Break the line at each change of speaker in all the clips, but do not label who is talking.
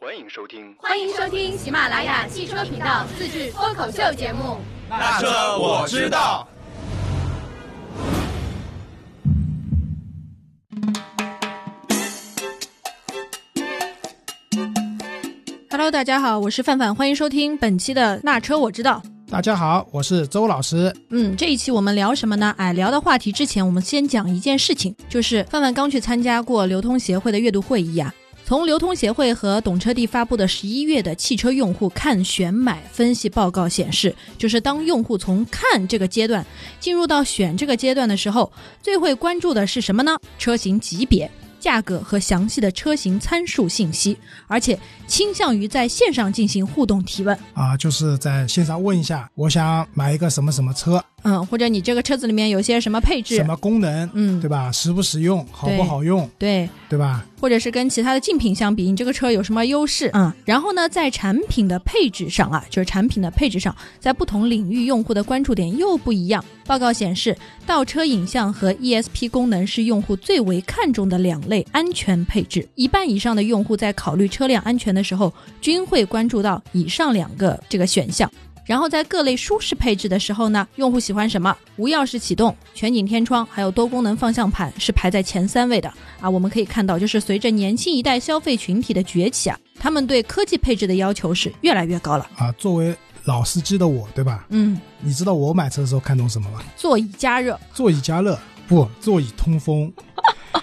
欢迎收听，
欢迎收听喜马拉雅汽车频道自制脱口秀节目。
那车我知道。
Hello，大家好，我是范范，欢迎收听本期的《那车我知道》。
大家好，我是周老师。
嗯，这一期我们聊什么呢？哎，聊到话题之前，我们先讲一件事情，就是范范刚去参加过流通协会的阅读会议啊。从流通协会和懂车帝发布的十一月的汽车用户看、选、买分析报告显示，就是当用户从看这个阶段进入到选这个阶段的时候，最会关注的是什么呢？车型级别、价格和详细的车型参数信息，而且倾向于在线上进行互动提问。
啊，就是在线上问一下，我想买一个什么什么车，
嗯，或者你这个车子里面有些什么配置？
什么功能，
嗯
对吧？实不实用，好不好用，
对，
对吧？
或者是跟其他的竞品相比，你这个车有什么优势？嗯，然后呢，在产品的配置上啊，就是产品的配置上，在不同领域用户的关注点又不一样。报告显示，倒车影像和 ESP 功能是用户最为看重的两类安全配置。一半以上的用户在考虑车辆安全的时候，均会关注到以上两个这个选项。然后在各类舒适配置的时候呢，用户喜欢什么？无钥匙启动、全景天窗，还有多功能方向盘是排在前三位的啊。我们可以看到，就是随着年轻一代消费群体的崛起啊，他们对科技配置的要求是越来越高了。
啊，作为老司机的我，对吧？
嗯，
你知道我买车的时候看中什么吗？
座椅加热，
座椅加热，不，座椅通风。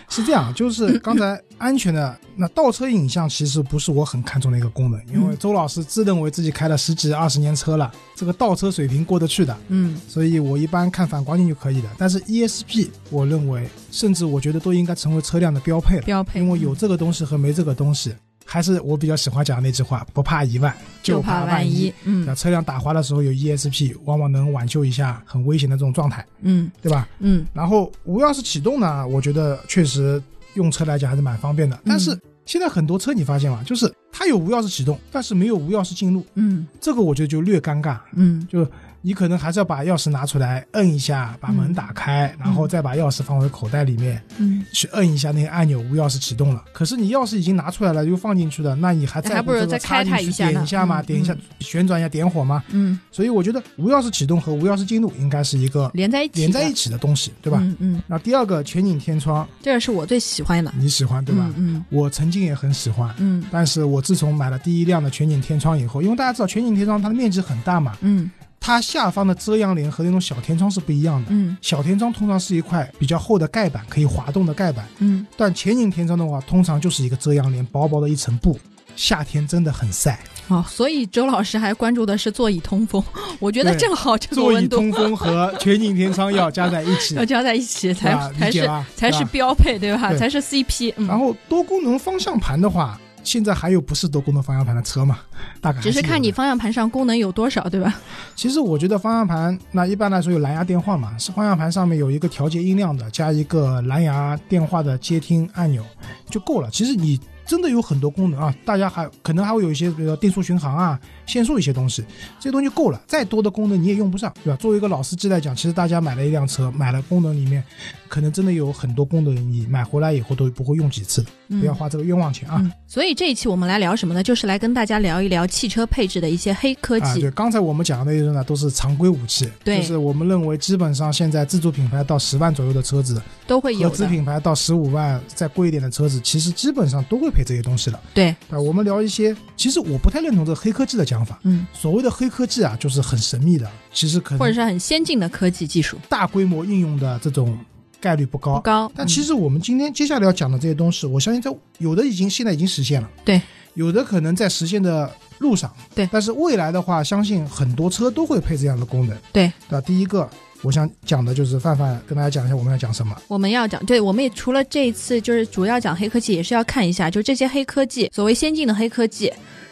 是这样，就是刚才安全的那倒车影像其实不是我很看重的一个功能，因
嗯
为周老师自认为自己开了十几二十年车了，这个倒车水平过得去的。
嗯，
所以我一般看反光镜就可以了。但是 ESP，我认为，甚至我觉得都应该成为车辆的标配了，
标配，
因为有这个东西和没这个东西，还是我比较喜欢讲那句话：不怕一万，
就
怕
怕万
一。。那
嗯
车辆打滑的时候有 ESP，往往能挽救一下很危险的这种状态，
嗯
对吧？
嗯，
然后无钥匙启动呢，我觉得确实用车来讲还是蛮方便
嗯
的。但是现在很多车你发现吗？就是它有无钥匙启动，但是没有无钥匙进入，
嗯
这个我觉得就略尴尬。
嗯
就你可能还是要把钥匙拿出来摁一下，把门打开，然后再把钥匙放回口袋里面
嗯，
去摁一下那个按钮，无钥匙启动了。可是你钥匙已经拿出来了，又放进去了，那你还在
还不
乎
如
这个
再开
插
它
进
一
去
下
点
呢
一下嘛，
嗯
点一下
嗯
旋转一下点火嘛。
嗯，
所以我觉得无钥匙启动和无钥匙进入应该是一个
连在一起的，
连在一起的东西，对吧？
嗯嗯，
那第二个全景天窗
这个是我最喜欢的，
你喜欢对吧？
嗯
我曾经也很喜欢。
嗯嗯
但是我自从买了第一辆的全景天窗以后，因为大家知道全景天窗它的面积很大嘛，
嗯
它下方的遮阳帘和那种小天窗是不一样的。
嗯
小天窗通常是一块比较厚的盖板，可以滑动的盖板，
嗯，
但前景天窗的话，通常就是一个遮阳帘，薄薄的一层布。夏天真的很晒，
哦，所以周老师还关注的是座椅通风， 我觉得
对
正好这个
座椅
温度
通风和全景天窗要加在一 起啊
要，加在一起才
对吧
才
理解
是
吧？
才是
对吧
标配，对吧？
对
才是 CP。嗯
然后多功能方向盘的话，现在还有不是多功能方向盘的车嘛？大概还
只是
是
看
有
你
的。
方向盘上功能有多少，对吧？
其实我觉得方向盘，那一般来说有蓝牙电话嘛，是方向盘上面有一个调节音量的，加一个蓝牙电话的接听按钮就够了。其实你真的有很多功能啊，大家还可能还会有一些，比如说定速巡航啊、限速一些东西，这些东西就够了。再多的功能你也用不上，对吧？作为一个老司机来讲，其实大家买了一辆车，买了功能里面，可能真的有很多功能你买回来以后都不会用几次的，
嗯
不要花这个冤枉钱啊。
嗯，所以这一期我们来聊什么呢？就是来跟大家聊一聊汽车配置的一些黑科
啊，
技。
对，刚才我们讲的那些呢，都是常规武器，
对
就是我们认为基本上现在自主品牌到十万左右的车子，
都会有
合资
的。
品牌到十五万再贵一点的车子，其实基本上都会配这些东西了。
对，
啊，我们聊一些，其实我不太认同这个黑科技的讲法。
嗯，
所谓的黑科技啊，就是很神秘的，其实可
或者
能
是很先进的科技技术，
大规模应用的这种概率不高。
不高。嗯
但其实我们今天接下来要讲的这些东西，我相信在有的已经现在已经实现了，
对，
有的可能在实现的路上，
对
但是未来的话，相信很多车都会配这样的功能，
对
对吧？第一个，我想讲的就是范范跟大家讲一下我们要讲什么。
我们要讲，对，我们也除了这一次就是主要讲黑科技，也是要看一下，就这些黑科技，所谓先进的黑科技。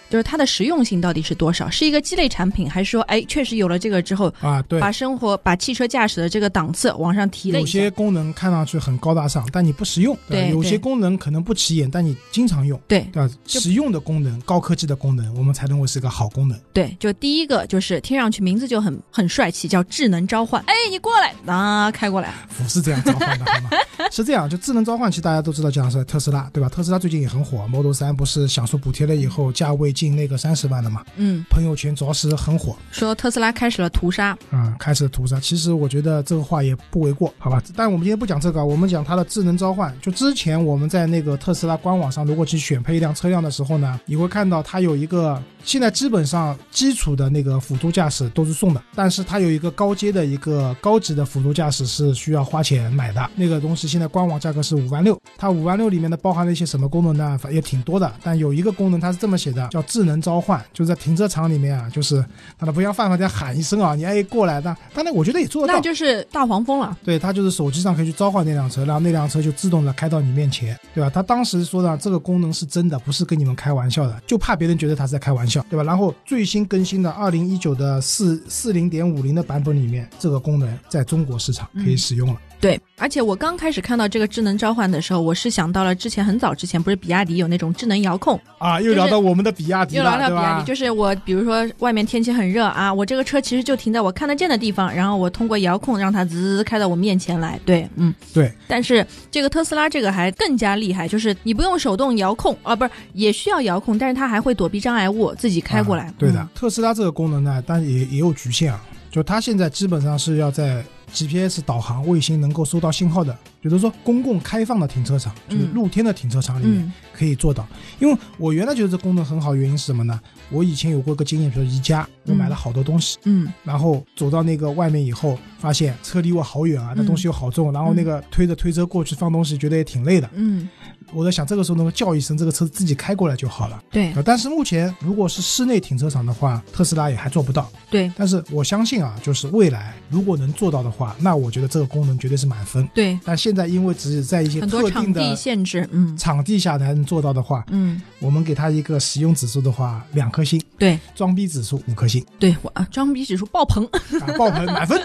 就是它的实用性到底是多少？是一个鸡肋产品，还是说，哎，确实有了这个之后，
啊，对，
把生活、把汽车驾驶的这个档次往上提了一
有
下？
些功能看上去很高大上，但你不实用；吧
对
有
对
些功能可能不起眼，但你经常用。
对
对吧？
就
实用的功能、高科技的功能，我们才能会是个好功能。
对，就第一个就是听上去名字就很很帅气，叫智能召唤。哎，你过来，啊，开过来，
不是这样召唤的，好吗？是这样，就智能召唤，其实大家都知道，讲的是特斯拉，对吧？特斯拉最近也很火，Model 三不是享受补贴了以后，价位进那个三十万了嘛？
嗯，
朋友圈着实很火
说特斯拉开始了屠杀，
啊、开始屠杀。其实我觉得这个话也不为过，好吧？但我们今天不讲这个啊，我们讲它的智能召唤。就之前我们在那个特斯拉官网上，如果去选配一辆车辆的时候呢，你会看到它有一个。现在基本上基础的那个辅助驾驶都是送的，但是它有一个高阶的一个高级的辅助驾驶是需要花钱买的。那个东西现在官网价格是五万六，它五万六里面呢包含了一些什么功能呢？反也挺多的，但有一个功能它是这么写的，叫智能召唤，就是在停车场里面啊，就是让它不要犯法，再喊一声啊，你哎过来，那当然我觉得也做得
那
到。
就是大黄蜂了。
对，它就是手机上可以去召唤那辆车，然后那辆车就自动的开到你面前，对吧？他当时说的这个功能是真的，不是跟你们开玩笑的，就怕别人觉得他是在开玩笑，对吧？然后最新更新的二零一九的四四零点五零的版本里面，这个功能在中国市场可
嗯
以使用了。
对，而且我刚开始看到这个智能召唤的时候，我是想到了之前很早之前，不是比亚迪有那种智能遥控，
啊，又聊到我们的比亚迪
又
了，
聊到
对
比亚
吧
迪，？就是我比如说外面天气很热啊，我这个车其实就停在我看得见的地方，然后我通过遥控让它滋开到我面前来。对，嗯，
对。
但是这个特斯拉这个还更加厉害，就是你不用手动遥控啊，不是也需要遥控，但是它还会躲避障碍物，自己开过来。
啊对的，
嗯
特斯拉这个功能呢，但也也有局限啊，就它现在基本上是要在 GPS 导航卫星能够收到信号的，比如说公共开放的停车场，就是
嗯
露天的停车场里面
嗯
可以做到。因为我原来觉得这功能很好，原因是什么呢？我以前有过一个经验，比如宜家，我买了好多东西，
嗯，
然后走到那个外面以后，发现车离我好远啊，那
嗯
东西又好重，然后那个推着推车过去放东西，觉得也挺累的。
嗯，
我在想，这个时候能够叫一声，这个车自己开过来就好了。
对
呃但是目前如果是室内停车场的话，特斯拉也还做不到。
对
但是我相信啊，就是未来如果能做到的话，那我觉得这个功能绝对是满分。
对，
但现在因为只是在一些
很
特
多
定
场地
的
限制，嗯
场地下才能做到的话，
嗯，
我们给它一个使用指数的话，两颗星，
对
装逼指数五颗星，
对，我啊，装逼指数爆棚。
啊，爆棚满分，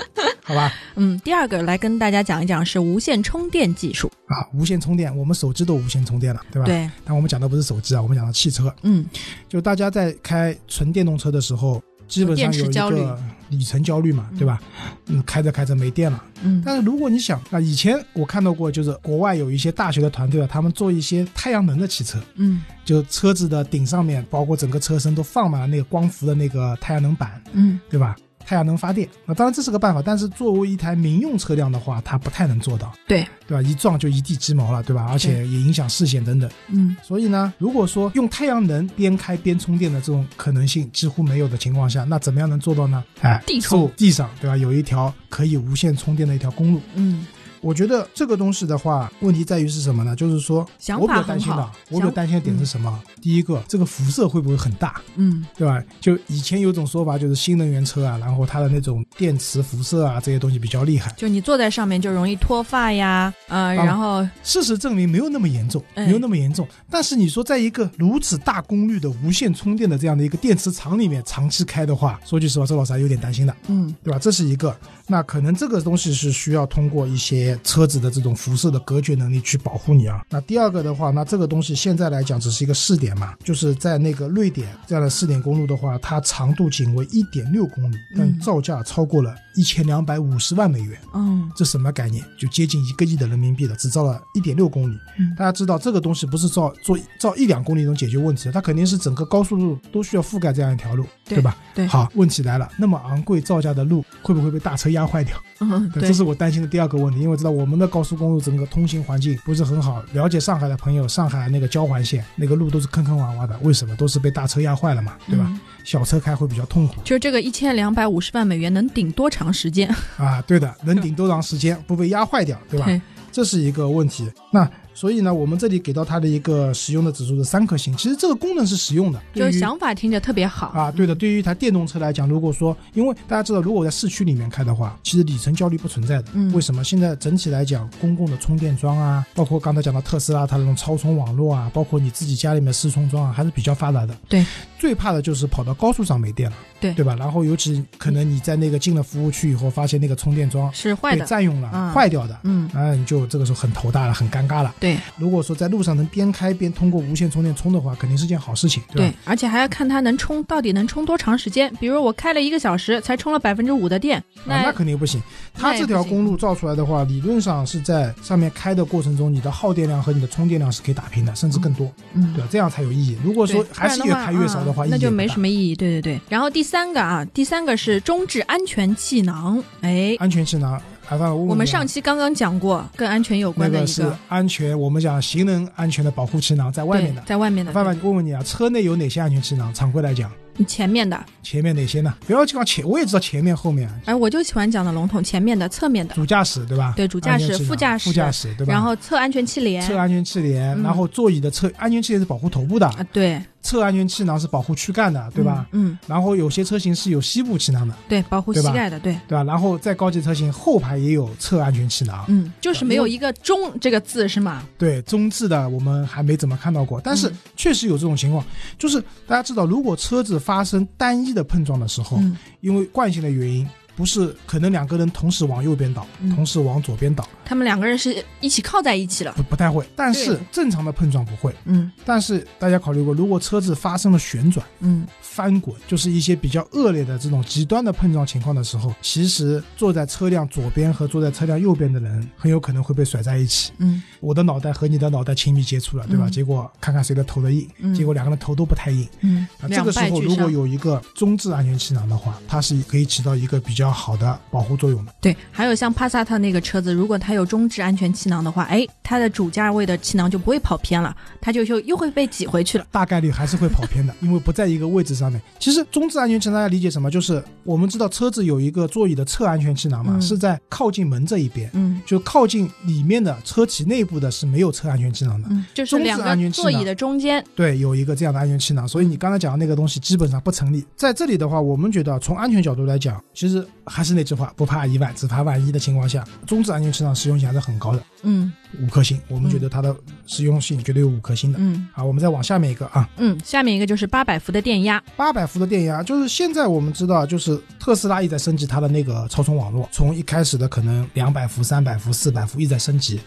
好吧？
嗯，第二个来跟大家讲一讲是无线充电技术。
啊，无线充电，我们手机都无线充电了，对吧？。
对，
但我们讲的不是手机啊，我们讲的汽车。
嗯，
就大家在开纯电动车的时候，基本上有一
电池焦虑
个里程焦虑嘛，对吧？嗯，开着开着没电了。
嗯
但是如果你想，那以前我看到过，就是国外有一些大学的团队啊，他们做一些太阳能的汽车，
嗯
就车子的顶上面，包括整个车身都放满了那个光伏的那个太阳能板，
嗯，
对吧？太阳能发电，那当然这是个办法，但是作为一台民用车辆的话，它不太能做到，
对，
对吧？一撞就一地鸡毛了，对吧？而且也影响视线等等。
嗯
所以呢，如果说用太阳能边开边充电的这种可能性几乎没有的情况下，那怎么样能做到呢？哎，
地充
就地上对吧？有一条可以无线充电的一条公路。
嗯，
我觉得这个东西的话，问题在于是什么呢？就是说，
想
我比
法
较
很
担心的
好，，
我比较
想
担心的点是什么？第一个，这个辐射会不会很大，
嗯
对吧？就以前有种说法，就是新能源车啊，然后它的那种电磁辐射啊这些东西比较厉害。
就你坐在上面就容易脱发呀，呃，然后
事实证明没有那么严重，
哎
没有那么严重。但是你说在一个如此大功率的无线充电的这样的一个电池厂里面长期开的话，说句实话，周老师还有点担心的，
嗯
对吧？这是一个。那可能这个东西是需要通过一些车子的这种辐射的隔绝能力去保护你啊。那第二个的话，那这个东西现在来讲只是一个试点嘛，就是在那个瑞典这样的试点公路的话，它长度仅为一点六公里，但
嗯
造价超过了一千两百五十万美元。
嗯
这什么概念？就接近一个亿的人民币了，只造了一点六公里。
嗯
大家知道这个东西不是造做造一两公里能解决问题的，它肯定是整个高速路都需要覆盖这样一条路，
对
吧？
对
好，问题来了，那么昂贵造价的路会不会被大车压坏掉？
嗯，
对，这是我担心的第二个问题，因为我知道我们的高速公路整个通行环境不是很好。了解上海的朋友，上海那个交环线那个路都是坑坑洼洼的，为什么？都是被大车压坏了嘛，对吧？
嗯
小车开会比较痛苦。
就这个一千两百五十万美元能顶多长时间？
啊，对的，能顶多长时间，不被压坏掉，对吧
对？
这是一个问题。那所以呢，我们这里给到它的一个使用的指数是三颗星。其实这个功能是实用的，对
就
于
是想法听着特别好。
啊，对的，对于一台电动车来讲，如果说，因为大家知道，如果我在市区里面开的话，其实里程焦虑不存在的。
嗯
为什么？现在整体来讲，公共的充电桩啊，包括刚才讲到特斯拉它那种超充网络啊，包括你自己家里面的试充桩啊，还是比较发达的。
对，
最怕的就是跑到高速上没电了，
对
对吧？然后尤其可能你在那个进了服务区以后，发现那个充电桩
是坏
被
的，
占用了，
嗯
坏掉的。
嗯，
啊，你就这个时候很头大了，很尴尬了。
对
如果说在路上能边开边通过无线充电充的话，肯定是件好事情，对吧？啊
对，而且还要看它能充到底能充多长时间。比如我开了一个小时，才充了百分之五的电，
啊，
那
那肯定不行。它
那也
这
不
条
行
公路造出来的话，理论上是在上面开的过程中，你的耗电量和你的充电量是可以打平的，甚至更多，
嗯
对，吧？这样才有意义。如果
对
说还是越
不然
开越少的话，
啊那就没什
么。
么意义。对对对。然后第三个啊，第三个是中置安全气囊。哎，
安全气囊，还放
我们上期刚刚讲过跟安全有
啊那
关的
个
一
是安全，我们讲行人安全的保护气囊在外面
对
的，。
在外面的，
范范，问问你啊，车内有哪些安全气囊？常规来讲，
对前面的。
前面哪些呢？不要讲前，我也知道前面、后面啊，
哎，我就喜欢讲的笼统，前面的、侧面的，
主驾驶对吧？
对主驾驶
嗯安全气囊
副驾驶
副驾驶对吧？
然后侧安全气帘
侧安全气帘，
嗯
然后座椅的侧安全气帘是保护头部的，
啊，对
侧安全气囊是保护躯干的，对吧？？
嗯，嗯
然后有些车型是有膝部气囊的，
对，保护
对
膝
吧
盖的，对。
对吧？然后再高级车型后排也有侧安全气囊，
嗯，就是没有一个“中”这个字是吗？
对中置的我们还没怎么看到过，但是
嗯
确实有这种情况，就是大家知道，如果车子发生单一的碰撞的时候，
嗯
因为惯性的原因，不是可能两个人同时往右边倒，
嗯
同时往左边倒，
他们两个人是一起靠在一起了。
不不太会，但是
对
正常的碰撞不会。
嗯
但是大家考虑过，如果车子发生了旋转，
嗯，
翻滚，就是一些比较恶劣的这种极端的碰撞情况的时候，其实坐在车辆左边和坐在车辆右边的人很有可能会被甩在一起。
嗯，
我的脑袋和你的脑袋亲密接触了，对吧？
嗯
结果看看谁的头的硬，
嗯
结果两个人头都不太硬。
嗯
啊，这
两
个时
败
候
俱
如果
伤。
有一个中置安全气囊的话，它是可以起到一个比较好的保护作用的。
对，还有像帕萨特那个车子，如果它有中置安全气囊的话，哎，它的主驾位的气囊就不会跑偏了，它就又又会被挤回去了。
大概率还是会跑偏的， 因为不在一个位置上面。其实中置安全气囊大家理解什么？就是我们知道车子有一个座椅的侧安全气囊嘛，
嗯
是在靠近门这一边。
嗯
就靠近里面的车体内部的是没有车安全气囊的。
嗯，就是
中置
两个
安全气
座椅
囊
的中间。
对，有一个这样的安全气囊，所以你刚才讲的那个东西基本上不成立。在这里的话，我们觉得从安全角度来讲，其实还是那句话，不怕一万，只怕万一的情况下，中置安全气囊实用性还是很高的，
嗯
五颗星。我们觉得它的实用性绝对有五颗星的。
嗯
好，我们再往下面一个啊，
嗯，下面一个就是八百伏的电压。
八百伏的电压，就是现在我们知道，就是特斯拉一直在升级它的那个超充网络，从一开始的可能两百伏、三百伏、四百伏一直在升级。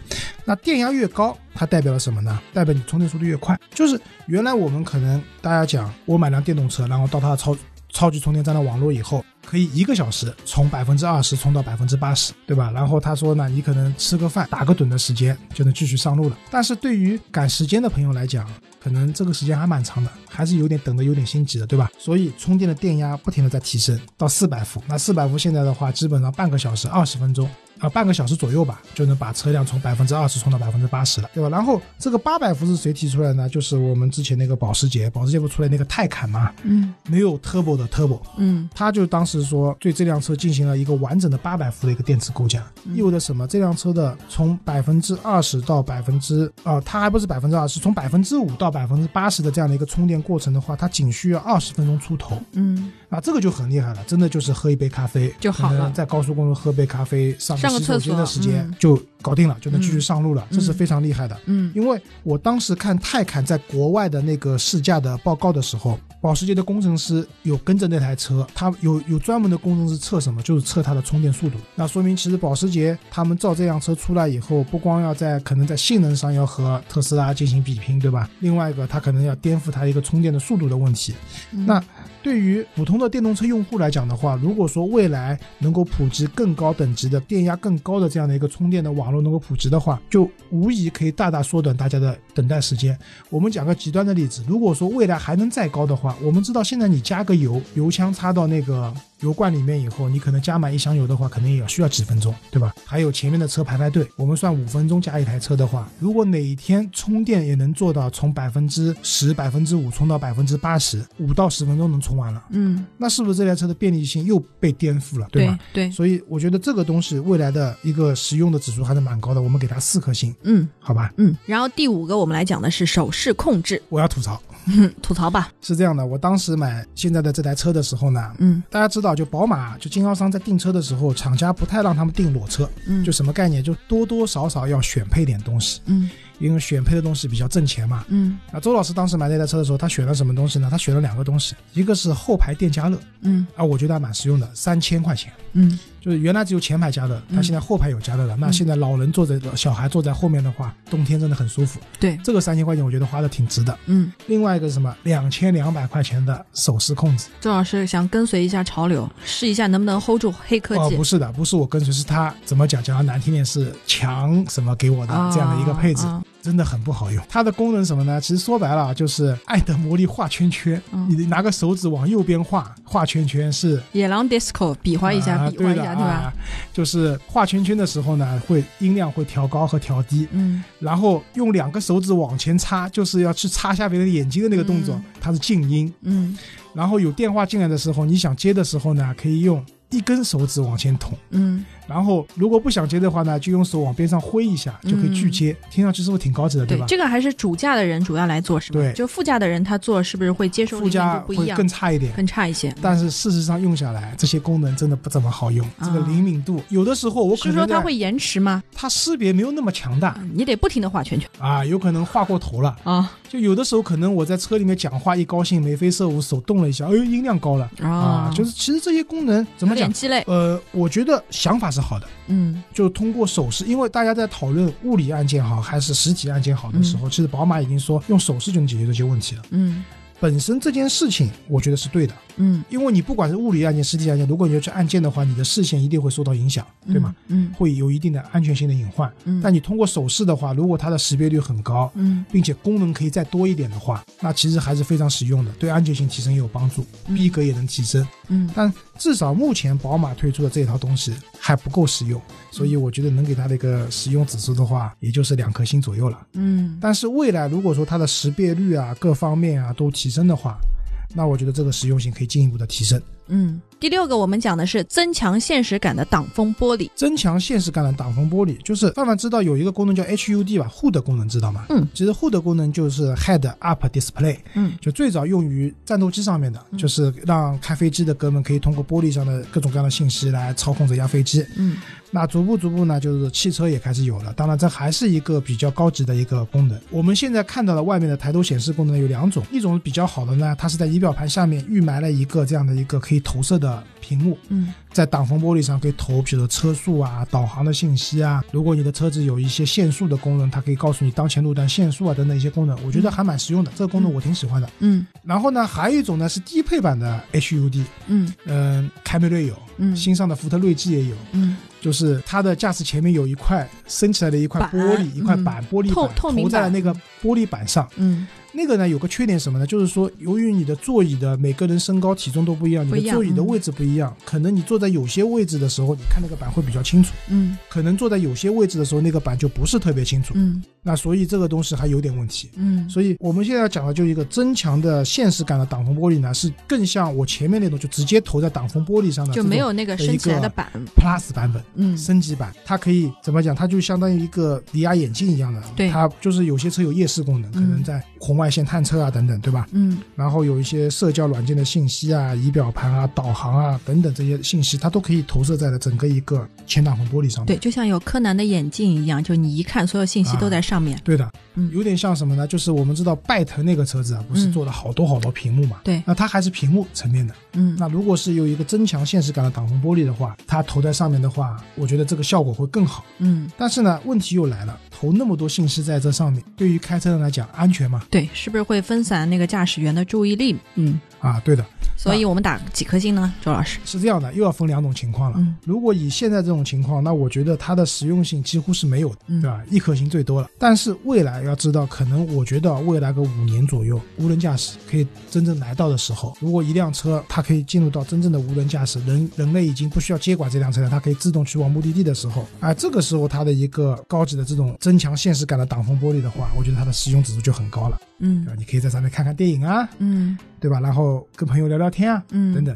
那电压越高，它代表了什么呢？代表你充电速度越快。就是原来我们可能大家讲，我买辆电动车，然后到它的超超级充电站的网络以后，可以一个小时从百分之二十充到百分之八十，对吧？然后他说呢，你可能吃个饭、打个盹的时间就能继续上路了。但是对于赶时间的朋友来讲，可能这个时间还蛮长的，还是有点等的有点心急的，对吧？所以充电的电压不停的在提升到四百伏，那四百伏现在的话，基本上半个小时二十分钟。啊，半个小时左右吧，就能把车辆从百分之二十充到百分之八十了，对吧？然后这个八百伏是谁提出来呢？就是我们之前那个保时捷，保时捷不出来那个泰坦嘛，
嗯
没有 turbo 的 turbo，
嗯
他就当时说对这辆车进行了一个完整的八百伏的一个电池构架，
嗯
意味着什么？这辆车的从百分之二十到百分之啊，它还不是百分之二十，从百分之五到百分之八十的这样的一个充电过程的话，它仅需要二十分钟出头
嗯，
啊，这个就很厉害了，真的就是喝一杯咖啡
就好了
可能在高速公路喝杯咖啡，上
上个
洗手
厕所
间的时间
嗯
就搞定了，就能继续上路了，这是非常厉害的。
嗯
因为我当时看泰坦在国外的那个试驾的报告的时候，保时捷的工程师有跟着那台车，他有有专门的工程师测什么，就是测它的充电速度。那说明其实保时捷他们造这辆车出来以后，不光要在可能在性能上要和特斯拉进行比拼，对吧？另外一个，它可能要颠覆它一个充电的速度的问题。那对于普通的电动车用户来讲的话，如果说未来能够普及更高等级的电压更高的这样的一个充电的网络能够普及的话，就无疑可以大大缩短大家的等待时间。我们讲个极端的例子，如果说未来还能再高的话，我们知道现在你加个油，油枪插到那个油罐里面以后，你可能加满一箱油的话，可能也要需要几分钟，对吧？还有前面的车排排队，我们算五分钟加一台车的话，如果哪一天充电也能做到从百分之十、百分之五充到百分之八十，五到十分钟能充完了，
嗯，
那是不是这台车的便利性又被颠覆了，吧？
对，
所以我觉得这个东西未来的一个实用的指数还是蛮高的，我们给它四颗星，
嗯
好吧？
嗯。然后第五个我们来讲的是手势控制，
我要吐槽
嗯，吐槽吧，
是这样的，我当时买现在的这台车的时候呢，
嗯
大家知道，就宝马就经销商在订车的时候，厂家不太让他们订裸车，
嗯，
就什么概念？就多多少少要选配点东西，
嗯
因为选配的东西比较挣钱嘛。
嗯
啊，周老师当时买那台车的时候，他选了什么东西呢？他选了两个东西，一个是后排电加热，
嗯
啊，我觉得还蛮实用的，三千块钱。
嗯
就是原来只有前排加热，它现在后排有加热了。那现在老人坐在小孩坐在后面的话，冬天真的很舒服。
对
这个三千块钱我觉得花的挺值的。
嗯。
另外一个是什么？两千两百块钱的手势控制。
周老师想跟随一下潮流，试一下能不能 hold 住黑科
哦，
技
不。是的，不是我跟随，是他怎么讲？讲的难听点是强什么给我
哦
的这样的一个配置，
啊
真的很不好用。它的功能是什么呢？其实说白了啊就是爱的魔力画圈圈，
嗯
你拿个手指往右边画，画圈圈是。
野狼 disco 比划一下，
啊
比划
对
一
的
下，对吧？
啊？就是画圈圈的时候呢，会音量会调高和调低，
嗯，
然后用两个手指往前插，就是要去插下别人眼睛的那个动作，
嗯
它是静音。
嗯
然后有电话进来的时候，你想接的时候呢，可以用一根手指往前捅。
嗯，
然后如果不想接的话呢，就用手往边上挥一下，就可以拒接。听上去是不是挺高级的，
嗯对
吧，？
这个还是主驾的人主要来做，是吗？
对
就副驾的人他做是不是会接受
副驾
灵敏度不
会
一样，
更差一点。
更差一些？
但是事实上用下来，这些功能真的不怎么好用。
啊
这个灵敏度，有的时候我可
是
能
说
在
它会延迟吗？
它识别没有那么强大
你得不停的画圈圈
啊，有可能画过头了。
啊
就有的时候可能我在车里面讲话一高兴眉飞色舞，手动了一下，哎呦音量高了啊，就是其实这些功能怎
哦
么
有点
讲？
鸡肋？
呃，我觉得想法是好的。
嗯
就通过手势，因为大家在讨论物理按键好还是实体按键好的时候，其实宝马已经说用手势就能解决这些问题了。
嗯
本身这件事情，我觉得是对的，
嗯，
因为你不管是物理按键、实体按键，如果你要去按键的话，你的视线一定会受到影响，对吗？？
嗯
会有一定的安全性的隐患。
嗯
但你通过手势的话，如果它的识别率很高，
嗯
并且功能可以再多一点的话，那其实还是非常实用的，对安全性提升也有帮助，逼格也能提升。
嗯
但至少目前宝马推出的这套东西还不够实用，
嗯
所以我觉得能给它的一个使用指数的话，也就是两颗星左右了。
嗯
但是未来如果说它的识别率啊各方面啊都提升的话，那我觉得这个实用性可以进一步的提升，
嗯。第六个我们讲的是增强现实感的挡风玻璃。
增强现实感的挡风玻璃。就是范范知道有一个功能叫 HUD 吧，HUD 功能知道吗？
嗯，
其实 HUD 功能就是 Head Up Display，
嗯
就最早用于战斗机上面的，就是让开飞机的哥们可以通过玻璃上的各种各样的信息来操控这架飞机。
嗯
那逐步逐步呢，就是汽车也开始有了。当然，这还是一个比较高级的一个功能。我们现在看到的外面的抬头显示功能有两种，一种比较好的呢，它是在仪表盘下面预埋了一个这样的一个可以投射的屏幕，
嗯
在挡风玻璃上可以投，比如说车速啊、导航的信息啊。如果你的车子有一些限速的功能，它可以告诉你当前路段限速啊等等一些功能，我觉得还蛮实用的。这个功能我挺喜欢的。
嗯
然后呢，还有一种呢是低配版的 HUD，
嗯
嗯，凯美瑞有，
嗯
新上的福特锐际也有。
嗯
就是它的驾驶前面有一块升起来的一块
板
玻璃，一块
嗯
板，玻璃
透
板
透明
投在了
板
那个玻璃板上。
嗯
那个呢有个缺点什么呢？就是说由于你的座椅的每个人身高体重都不一样，你
不一
的
样
座椅的
嗯
位置不一样，可能你坐在有些位置的时候，你看那个板会比较清楚；
嗯
可能坐在有些位置的时候，那个板就不是特别清楚。
嗯
那所以这个东西还有点问题。
嗯，
所以我们现在讲的就一个增强的现实感的挡风玻璃呢，是更像我前面那种就直接投在挡风玻璃上的，
就没有那个升起来的板。
Plus 版本。
嗯
升级版，它可以怎么讲？它就相当于一个离压眼镜一样的，
对
它就是有些车有夜视功能，可能在红外线探测啊等等，对吧？
嗯
然后有一些社交软件的信息啊、仪表盘啊、导航啊等等这些信息，它都可以投射在了整个一个前挡风玻璃上面。
对，就像有柯南的眼镜一样，就你一看，所有信
啊
息都在上面。
对的，
嗯
有点像什么呢？就是我们知道拜腾那个车子啊，不是
嗯
做了好多好多屏幕嘛？
对
那它还是屏幕层面的。
嗯
那如果是有一个增强现实感的挡风玻璃的话，它投在上面的话，我觉得这个效果会更好。
嗯
但是呢，问题又来了，投那么多信息在这上面，对于开车人来讲安全嘛？
对，是不是会分散那个驾驶员的注意力？嗯，
啊，对的，
所以我们打几颗星呢，周老师？
是这样的，又要分两种情况了。
嗯
如果以现在这种情况，那我觉得它的实用性几乎是没有的，
嗯
对吧？一颗星最多了。但是未来要知道，可能我觉得未来个五年左右，无人驾驶可以真正来到的时候，如果一辆车它可以进入到真正的无人驾驶，人人类已经不需要接管这辆车了，它可以自动去往目的地的时候，啊，这个时候它的一个高级的这种增强现实感的挡风玻璃的话，我觉得它的实用指数就很高了，对
嗯
吧？你可以在上面看看电影啊，
嗯
对吧？然后跟朋友聊聊天啊，
嗯，
等等。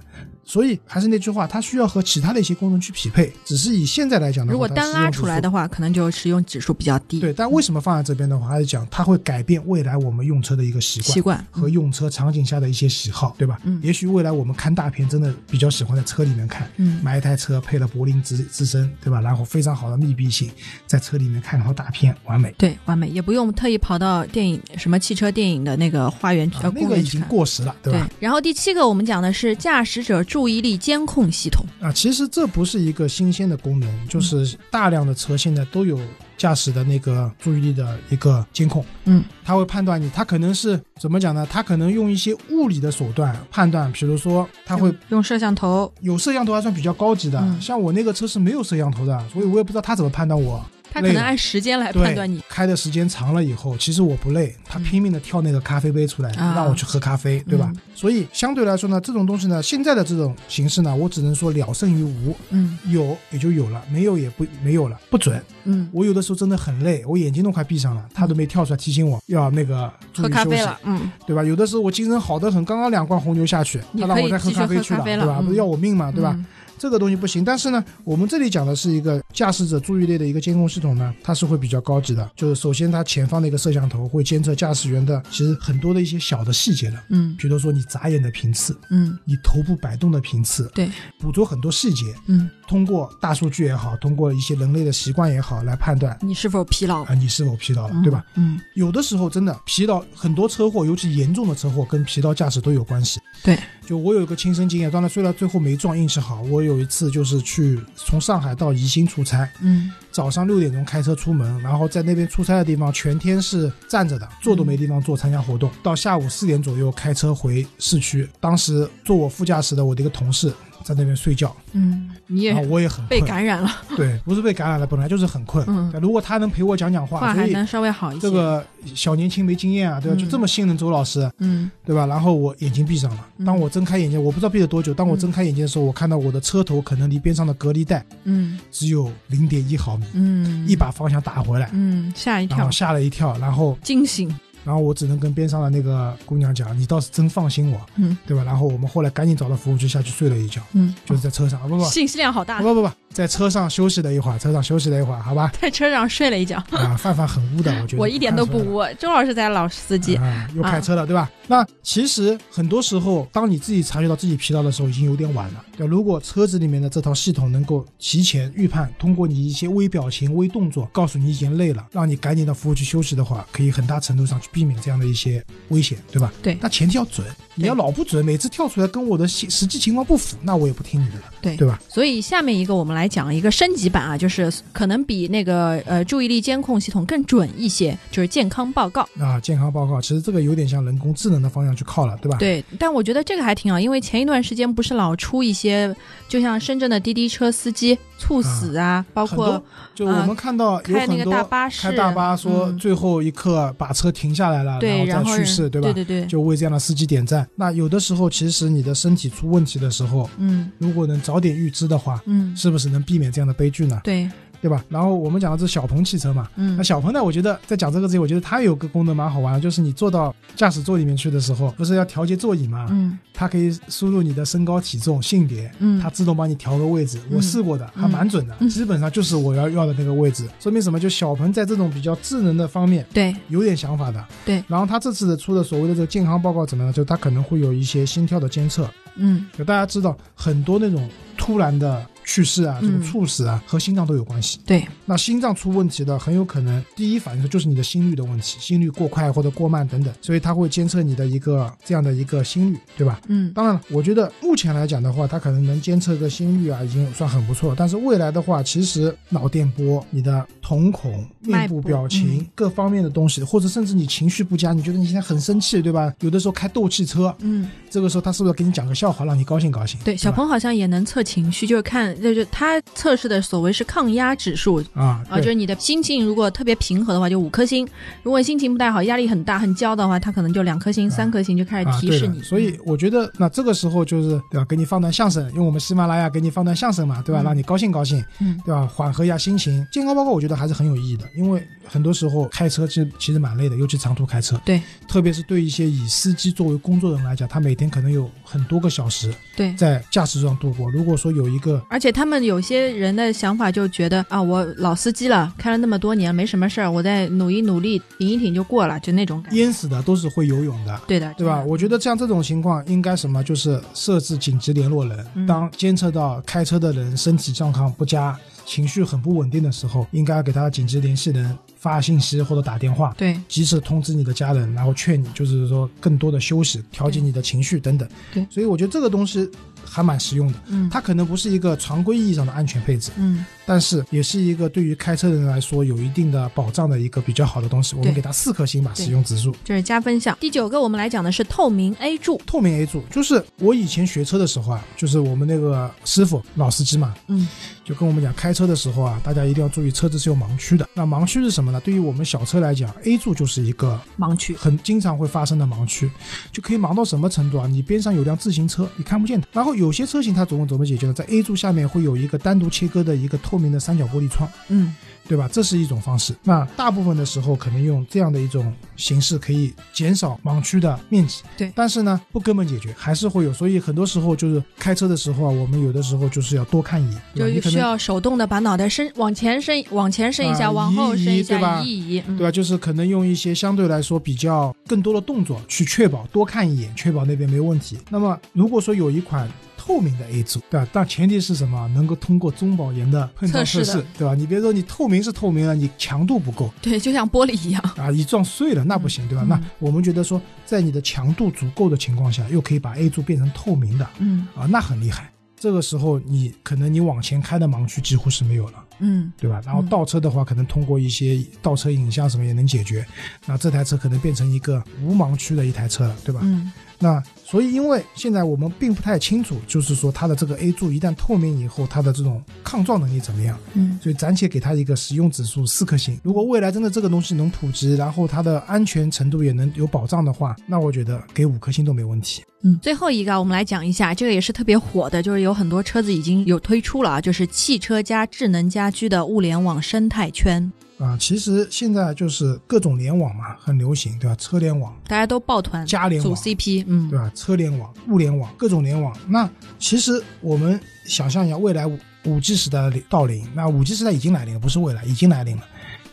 所以还是那句话，它需要和其他的一些功能去匹配。只是以现在来讲的话，
如果
它
单
使用
拉
指
出来
数，
的话，嗯可能就使用指数比较低。
对，但为什么放在这边的话，还是讲它会改变未来我们用车的一个习
习
惯。
惯
和用车场景下的一些喜好，对吧？
嗯
也许未来我们看大片，真的比较喜欢在车里面看，
嗯
买一台车配了柏林之之声，对吧？然后非常好的密闭性，在车里面看套大片，完美。
对完美，也不用特意跑到电影什么汽车电影的那个花园去
啊
呃
那
公
个已
园去
经
看。
过时了，对吧？
然后第七个我们讲的是驾驶者注意力监控系统。
啊，其实这不是一个新鲜的功能，
嗯
就是大量的车现在都有驾驶的那个注意力的一个监控，
嗯，
它会判断你，它可能是怎么讲呢？它可能用一些物理的手段判断，比如说它会
用用摄像头，
有摄像头还算比较高级的，
嗯
像我那个车是没有摄像头的，所以我也不知道它怎么判断我。
它
累
可能
了
按时间来
对
判断你。
开的时间长了以后，其实我不累，他拼命的跳那个咖啡杯出来，
啊
让我去喝咖啡，对
嗯
吧？所以相对来说呢，这种东西呢，现在的这种形式呢，我只能说了胜于无，
嗯
有也就有了，没有也不没有了，不准。
嗯，
我有的时候真的很累，我眼睛都快闭上了，他都没跳出来提醒我要那个注
喝
意
咖
休
啡
息，
了。嗯
对吧？有的时候我精神好的很，刚刚两罐红牛下去，
你
他让
可以
我再
继
喝
续
咖啡
喝
去
咖啡
对
了
吧？
嗯
不是要我命嘛，对吧？
嗯
这个东西不行。但是呢，我们这里讲的是一个驾驶者注意力的一个监控系统呢，它是会比较高级的。就是首先，它前方的一个摄像头会监测驾驶员的其实很多的一些小的细节的，
嗯
比如说你眨眼的频次，
嗯，
你头部摆动的频次，
对，
捕捉很多细节。
嗯，
通过大数据也好，通过一些人类的习惯也好，来判断
你是否疲劳
啊？你是否疲劳了，对吧？？
嗯，
有的时候真的疲劳，很多车祸，尤其严重的车祸，跟疲劳驾驶都有关系。
对，
就我有一个亲身经验，当然虽然最后没撞，运气好。我有一次就是去从上海到宜兴出差，
嗯
早上六点钟开车出门，然后在那边出差的地方全天是站着的，坐都没地方坐，参加
嗯
活动。到下午四点左右开车回市区，当时坐我副驾驶的我的一个同事在那边睡觉，
嗯，你也
然后啊我也很
被
困，
感染 了，
对，不是被感染了，本来就是很困。
嗯
但如果他能陪我讲讲话，
话
所
还
以
能稍微好一些。
这个小年轻没经验啊，对吧？
嗯
就这么信任周老师，
嗯
对吧？然后我眼睛闭上了，
嗯
当我睁开眼睛，我不知道闭了多久。当我睁开眼睛的时候，我看到我的车头可能离边上的隔离带
嗯
只有零点一毫米，
嗯，
一把方向打回来，
嗯吓一
然
跳
后，吓了一跳。然后，
惊醒。
然后我只能跟边上的那个姑娘讲：“你倒是真放心我，
嗯
对吧？”然后我们后来赶紧找到服务区下去睡了一觉，
嗯，
就是在车上，啊不不
信息量好大
不，不不不，在车上休息了一会儿，车上休息了一会儿，好吧？
在车上睡了一觉。
啊，范范很污的，我觉得
我一点都不
看出来了
污，周老师在老司机。
啊，又开车了，对吧？那其实很多时候，当你自己察觉到自己疲劳的时候，已经有点晚了。对吧，如果车子里面的这套系统能够提前预判，通过你一些微表情、微动作，告诉你已经累了，让你赶紧到服务区休息的话，可以很大程度上去避免这样的一些危险，对吧？
对
那前提要准，你要老不准，每次跳出来跟我的实实际情况不符，那我也不听你的了，
对
对吧？
所以下面一个我们来讲一个升级版啊，就是可能比那个呃注意力监控系统更准一些，就是健康报告。
啊，健康报告其实这个有点向人工智能的方向去靠了，对吧？
对，但我觉得这个还挺好，因为前一段时间不是老出一些，就像深圳的滴滴车司机猝死啊，包
很多
括呃
就我们看到有
开那
很
个
多
大巴士，
开大巴说
嗯
最后一刻把车停下来了，
对，
然
然
后
后
再去世，
人
对吧？
对对对，
就为这样的司机点赞。那有的时候，其实你的身体出问题的时候，
嗯
如果能早点预知的话，
嗯，
是不是能避免这样的悲剧呢？
对，
对吧？然后我们讲到这小鹏汽车嘛，
嗯
那小鹏呢，我觉得在讲这个之前，我觉得它有个功能蛮好玩的，就是你坐到驾驶座里面去的时候，不是要调节座椅嘛？
嗯
它可以输入你的身高、体重、性别，
嗯，
它自动帮你调个位置。
嗯
我试过的，还蛮准的，
嗯
基本上就是我要要的那个位置。说明什么？就小鹏在这种比较智能的方面
对
有点想法的。
对
然后它这次的出的所谓的这个健康报告怎么样？就它可能会有一些心跳的监测。
嗯
就大家知道，很多那种突然的去世啊、这
嗯
种猝死啊，和心脏都有关系。
对，
那心脏出问题了，很有可能第一反应就是你的心率的问题，心率过快或者过慢等等，所以它会监测你的一个这样的一个心率，对吧？
嗯
当然了，我觉得目前来讲的话，它可能能监测个心率啊，已经算很不错。但是未来的话，其实脑电波、你的瞳孔、面部表
脉
情、
搏嗯
各方面的东西，或者甚至你情绪不佳，你觉得你现在很生气，对吧？有的时候开斗气车，
嗯，
这个时候他是不是要给你讲个笑话，让你高兴高兴？
对，小
吧
鹏好像也能测情绪，就是看，就是他测试的所谓是抗压指数，
啊，
啊，就是
对
你的心情如果特别平和的话，就五颗星；如果心情不太好、压力很大、很焦的话，它可能就两颗星、三颗星就开始
啊，
提
对
示
的
你。嗯
所以我觉得，那这个时候就是对吧？给你放段相声，用我们喜马拉雅给你放段相声嘛，对吧？
嗯
让你高兴高兴，
嗯，
对吧？缓和一下心情。健康报告我觉得还是很有意义的，因为很多时候开车其实其实蛮累的，尤其长途开车。
对，
特别是对一些以司机作为工作人来讲，他每天可能有很多个小时
对。
在驾驶上度过。如果说有一个
而且他们有些人的想法就觉得啊，我老司机了，开了那么多年，没什么事儿，我再努一努力，顶一顶就过了，就那种感觉。
淹死的，都是会游泳的。
对的，
对吧？
真的
我觉得像这种情况应该什么，就是设置紧急联络人。
嗯
当监测到开车的人身体状况不佳、情绪很不稳定的时候，应该给他紧急联系人发信息或者打电话，
对
及时通知你的家人，然后劝你，就是说更多的休息，调节你的情绪等等。
对
所以我觉得这个东西还蛮实用的。
嗯
它可能不是一个常规意义上的安全配置，
嗯，
但是也是一个对于开车的人来说有一定的保障的一个比较好的东西。我们
对
给它四颗星吧，
对
使用指数。
这是加分项。第九个我们来讲的是透明 A 柱，
透明 A 柱，就是我以前学车的时候啊，就是我们那个师傅老司机嘛，
嗯，
就跟我们讲，开车的时候啊，大家一定要注意车子是有盲区的。那盲区是什么呢？对于我们小车来讲，A 柱就是一个
盲区。
很经常会发生的盲区，就可以盲到什么程度啊？你边上有辆自行车，你看不见它。然后有些车型它总共怎么解决呢？在 A 柱下面会有一个单独切割的一个透明的三角玻璃窗，
嗯，
对吧？这是一种方式。那大部分的时候，可能用这样的一种形式可以减少盲区的面积。
对
但是呢，不根本解决，还是会有。所以很多时候就是开车的时候啊，我们有的时候就是要多看一眼，对吧？
就
你可
需
能。
要手动的把脑袋伸往前伸，往前伸一下，
啊
往后
移一移
伸一下，
对吧
移一移。嗯
对吧？就是可能用一些相对来说比较更多的动作去确保多看一眼，确保那边没问题。那么如果说有一款透明的 A 柱，对吧？但前提是什么？能够通过中保研的碰撞
测
测
试的
试，对吧？你别说你透明是透明了，你强度不够，
对，就像玻璃一样。
啊，一撞碎了那不行，对吧？那我们觉得说，在你的强度足够的情况下，又可以把 A 柱变成透明的
嗯
啊，那很厉害。这个时候你可能你往前开的盲区几乎是没有了，
嗯，
对吧？然后
嗯
倒车的话，可能通过一些倒车影像什么也能解决。那这台车可能变成一个无盲区的一台车了，对吧？
嗯，
那所以，因为现在我们并不太清楚，就是说它的这个 A 柱一旦透明以后，它的这种抗撞能力怎么样？
嗯，
所以暂且给它一个使用指数四颗星。如果未来真的这个东西能普及，然后它的安全程度也能有保障的话，那我觉得给五颗星都没问题。
嗯，最后一个啊我们来讲一下，这个也是特别火的，就是有很多车子已经有推出了啊，就是汽车加智能家居的物联网生态圈，
啊，其实现在就是各种联网嘛，很流行，对吧？车联网、
大家都抱团
家联
组
网，
CP，嗯，
对吧？车联网、物联网、各种联网。那其实我们想象一下，未来五五 G 时代的到临，那五 G 时代已经来临了，不是未来，已经来临了。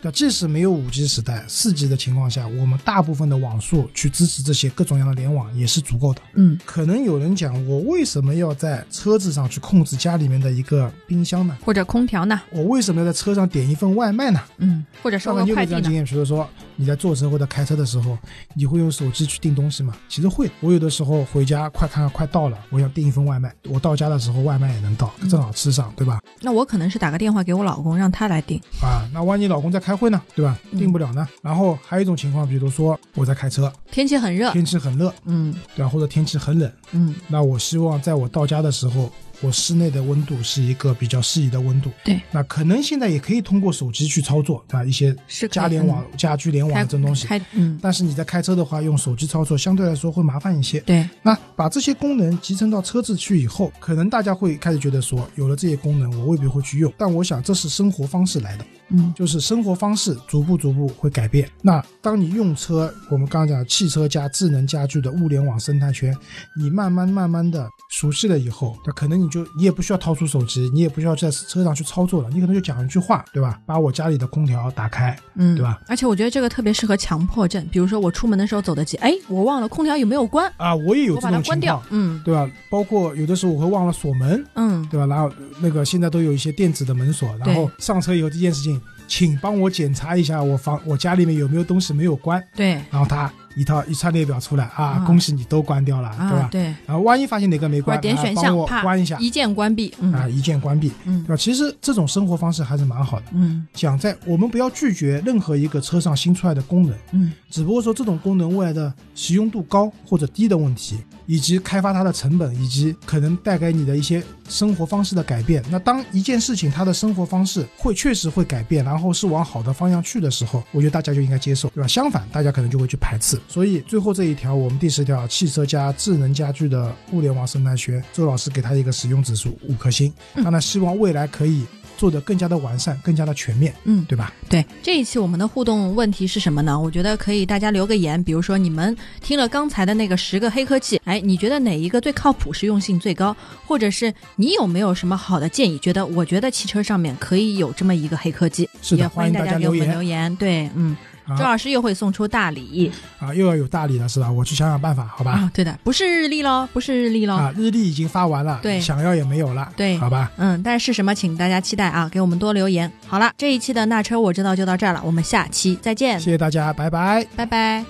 对吧，即使没有五 G 时代、四 G 的情况下，我们大部分的网速去支持这些各种各样的联网也是足够的。
嗯，
可能有人讲，我为什么要在车子上去控制家里面的一个冰箱呢？
或者空调呢，
我为什么要在车上点一份外卖呢？
嗯，或者收
上面
个
你有
快
没有这
递
样经
呢，
验？比如说你在坐车或者开车的时候，你会用手机去订东西吗？其实会。我有的时候回家快看看快到了，我想订一份外卖。我到家的时候外卖也能到，正
嗯
好吃上，对吧？
那我可能是打个电话给我老公，让他来定，
啊，那万一老公在开会呢，对吧？
嗯
订不了呢。然后还有一种情况，比如说我在开车，
天气很热，
天气很热，
嗯
对吧？或者天气很冷，
嗯，
那我希望在我到家的时候，我室内的温度是一个比较适宜的温度。
对，
那可能现在也可以通过手机去操作，对吧？一些
是可以
家联网、家居联网
开
这种东西。
开，嗯，
但是你在开车的话，用手机操作相对来说会麻烦一些。
对，
那把这些功能集成到车子去以后，可能大家会开始觉得说，有了这些功能，我未必会去用。但我想，这是生活方式来的，
嗯
就是生活方式逐步逐步会改变。那当你用车，我们刚刚讲的汽车加智能家居的物联网生态圈，你慢慢慢慢的熟悉了以后，那可能你就你也不需要掏出手机，你也不需要在车上去操作了，你可能就讲一句话，对吧？把我家里的空调打开，
嗯，
对吧？
而且我觉得这个特别适合强迫症，比如说我出门的时候走得急，哎，我忘了空调有没有关，
啊，我也有
我
这
把它
种
关
情
掉
况，。
嗯
对吧？包括有的时候我会忘了锁门，
嗯，
对吧？然后呃那个现在都有一些电子的门锁，然后上车以后第一件事情，请帮我检查一下我房我家里面有没有东西没有关，
对
然后他一套一串列表出来啊，
啊
恭喜你都关掉了，对
啊
吧？
对，
然后万一发现哪个没
或
关
者，点
啊
选
帮
项
我
怕
关一下
一键关闭，
啊，
嗯
一键关闭，
嗯
对吧？其实这种生活方式还是蛮好的。
嗯
讲在我们不要拒绝任何一个车上新出来的功能，
嗯，
只不过说这种功能未来的使用度高或者低的问题，以及开发它的成本，以及可能带给你的一些生活方式的改变。那当一件事情它的生活方式会确实会改变，然后是往好的方向去的时候，我觉得大家就应该接受，对吧？相反，大家可能就会去排斥。所以最后这一条，我们第十条，汽车加智能家居的物联网生态学，周老师给它一个使用指数五颗星。
嗯
当然，希望未来可以做得更加的完善，更加的全面，
嗯，
对吧？
对，这一期我们的互动问题是什么呢？我觉得可以大家留个言，比如说你们听了刚才的那个十个黑科技，哎，你觉得哪一个最靠谱，实用性最高？或者是你有没有什么好的建议？觉得我觉得汽车上面可以有这么一个黑科技，
是的
也欢迎大
欢
家
迎大家
给我们
留言
留言。对，嗯，
啊
周老师又会送出大礼
啊，又要有大礼了是吧？我去想想办法，好吧？
啊，对的，不是日历喽，不是日历喽。
嗯啊，日历已经发完了，
对
想要也没有了，
对
好吧？
嗯，但是是什么，请大家期待啊！给我们多留言。好了，这一期的那车我知道就到这儿了，我们下期再见，
谢谢大家，拜拜。
拜拜。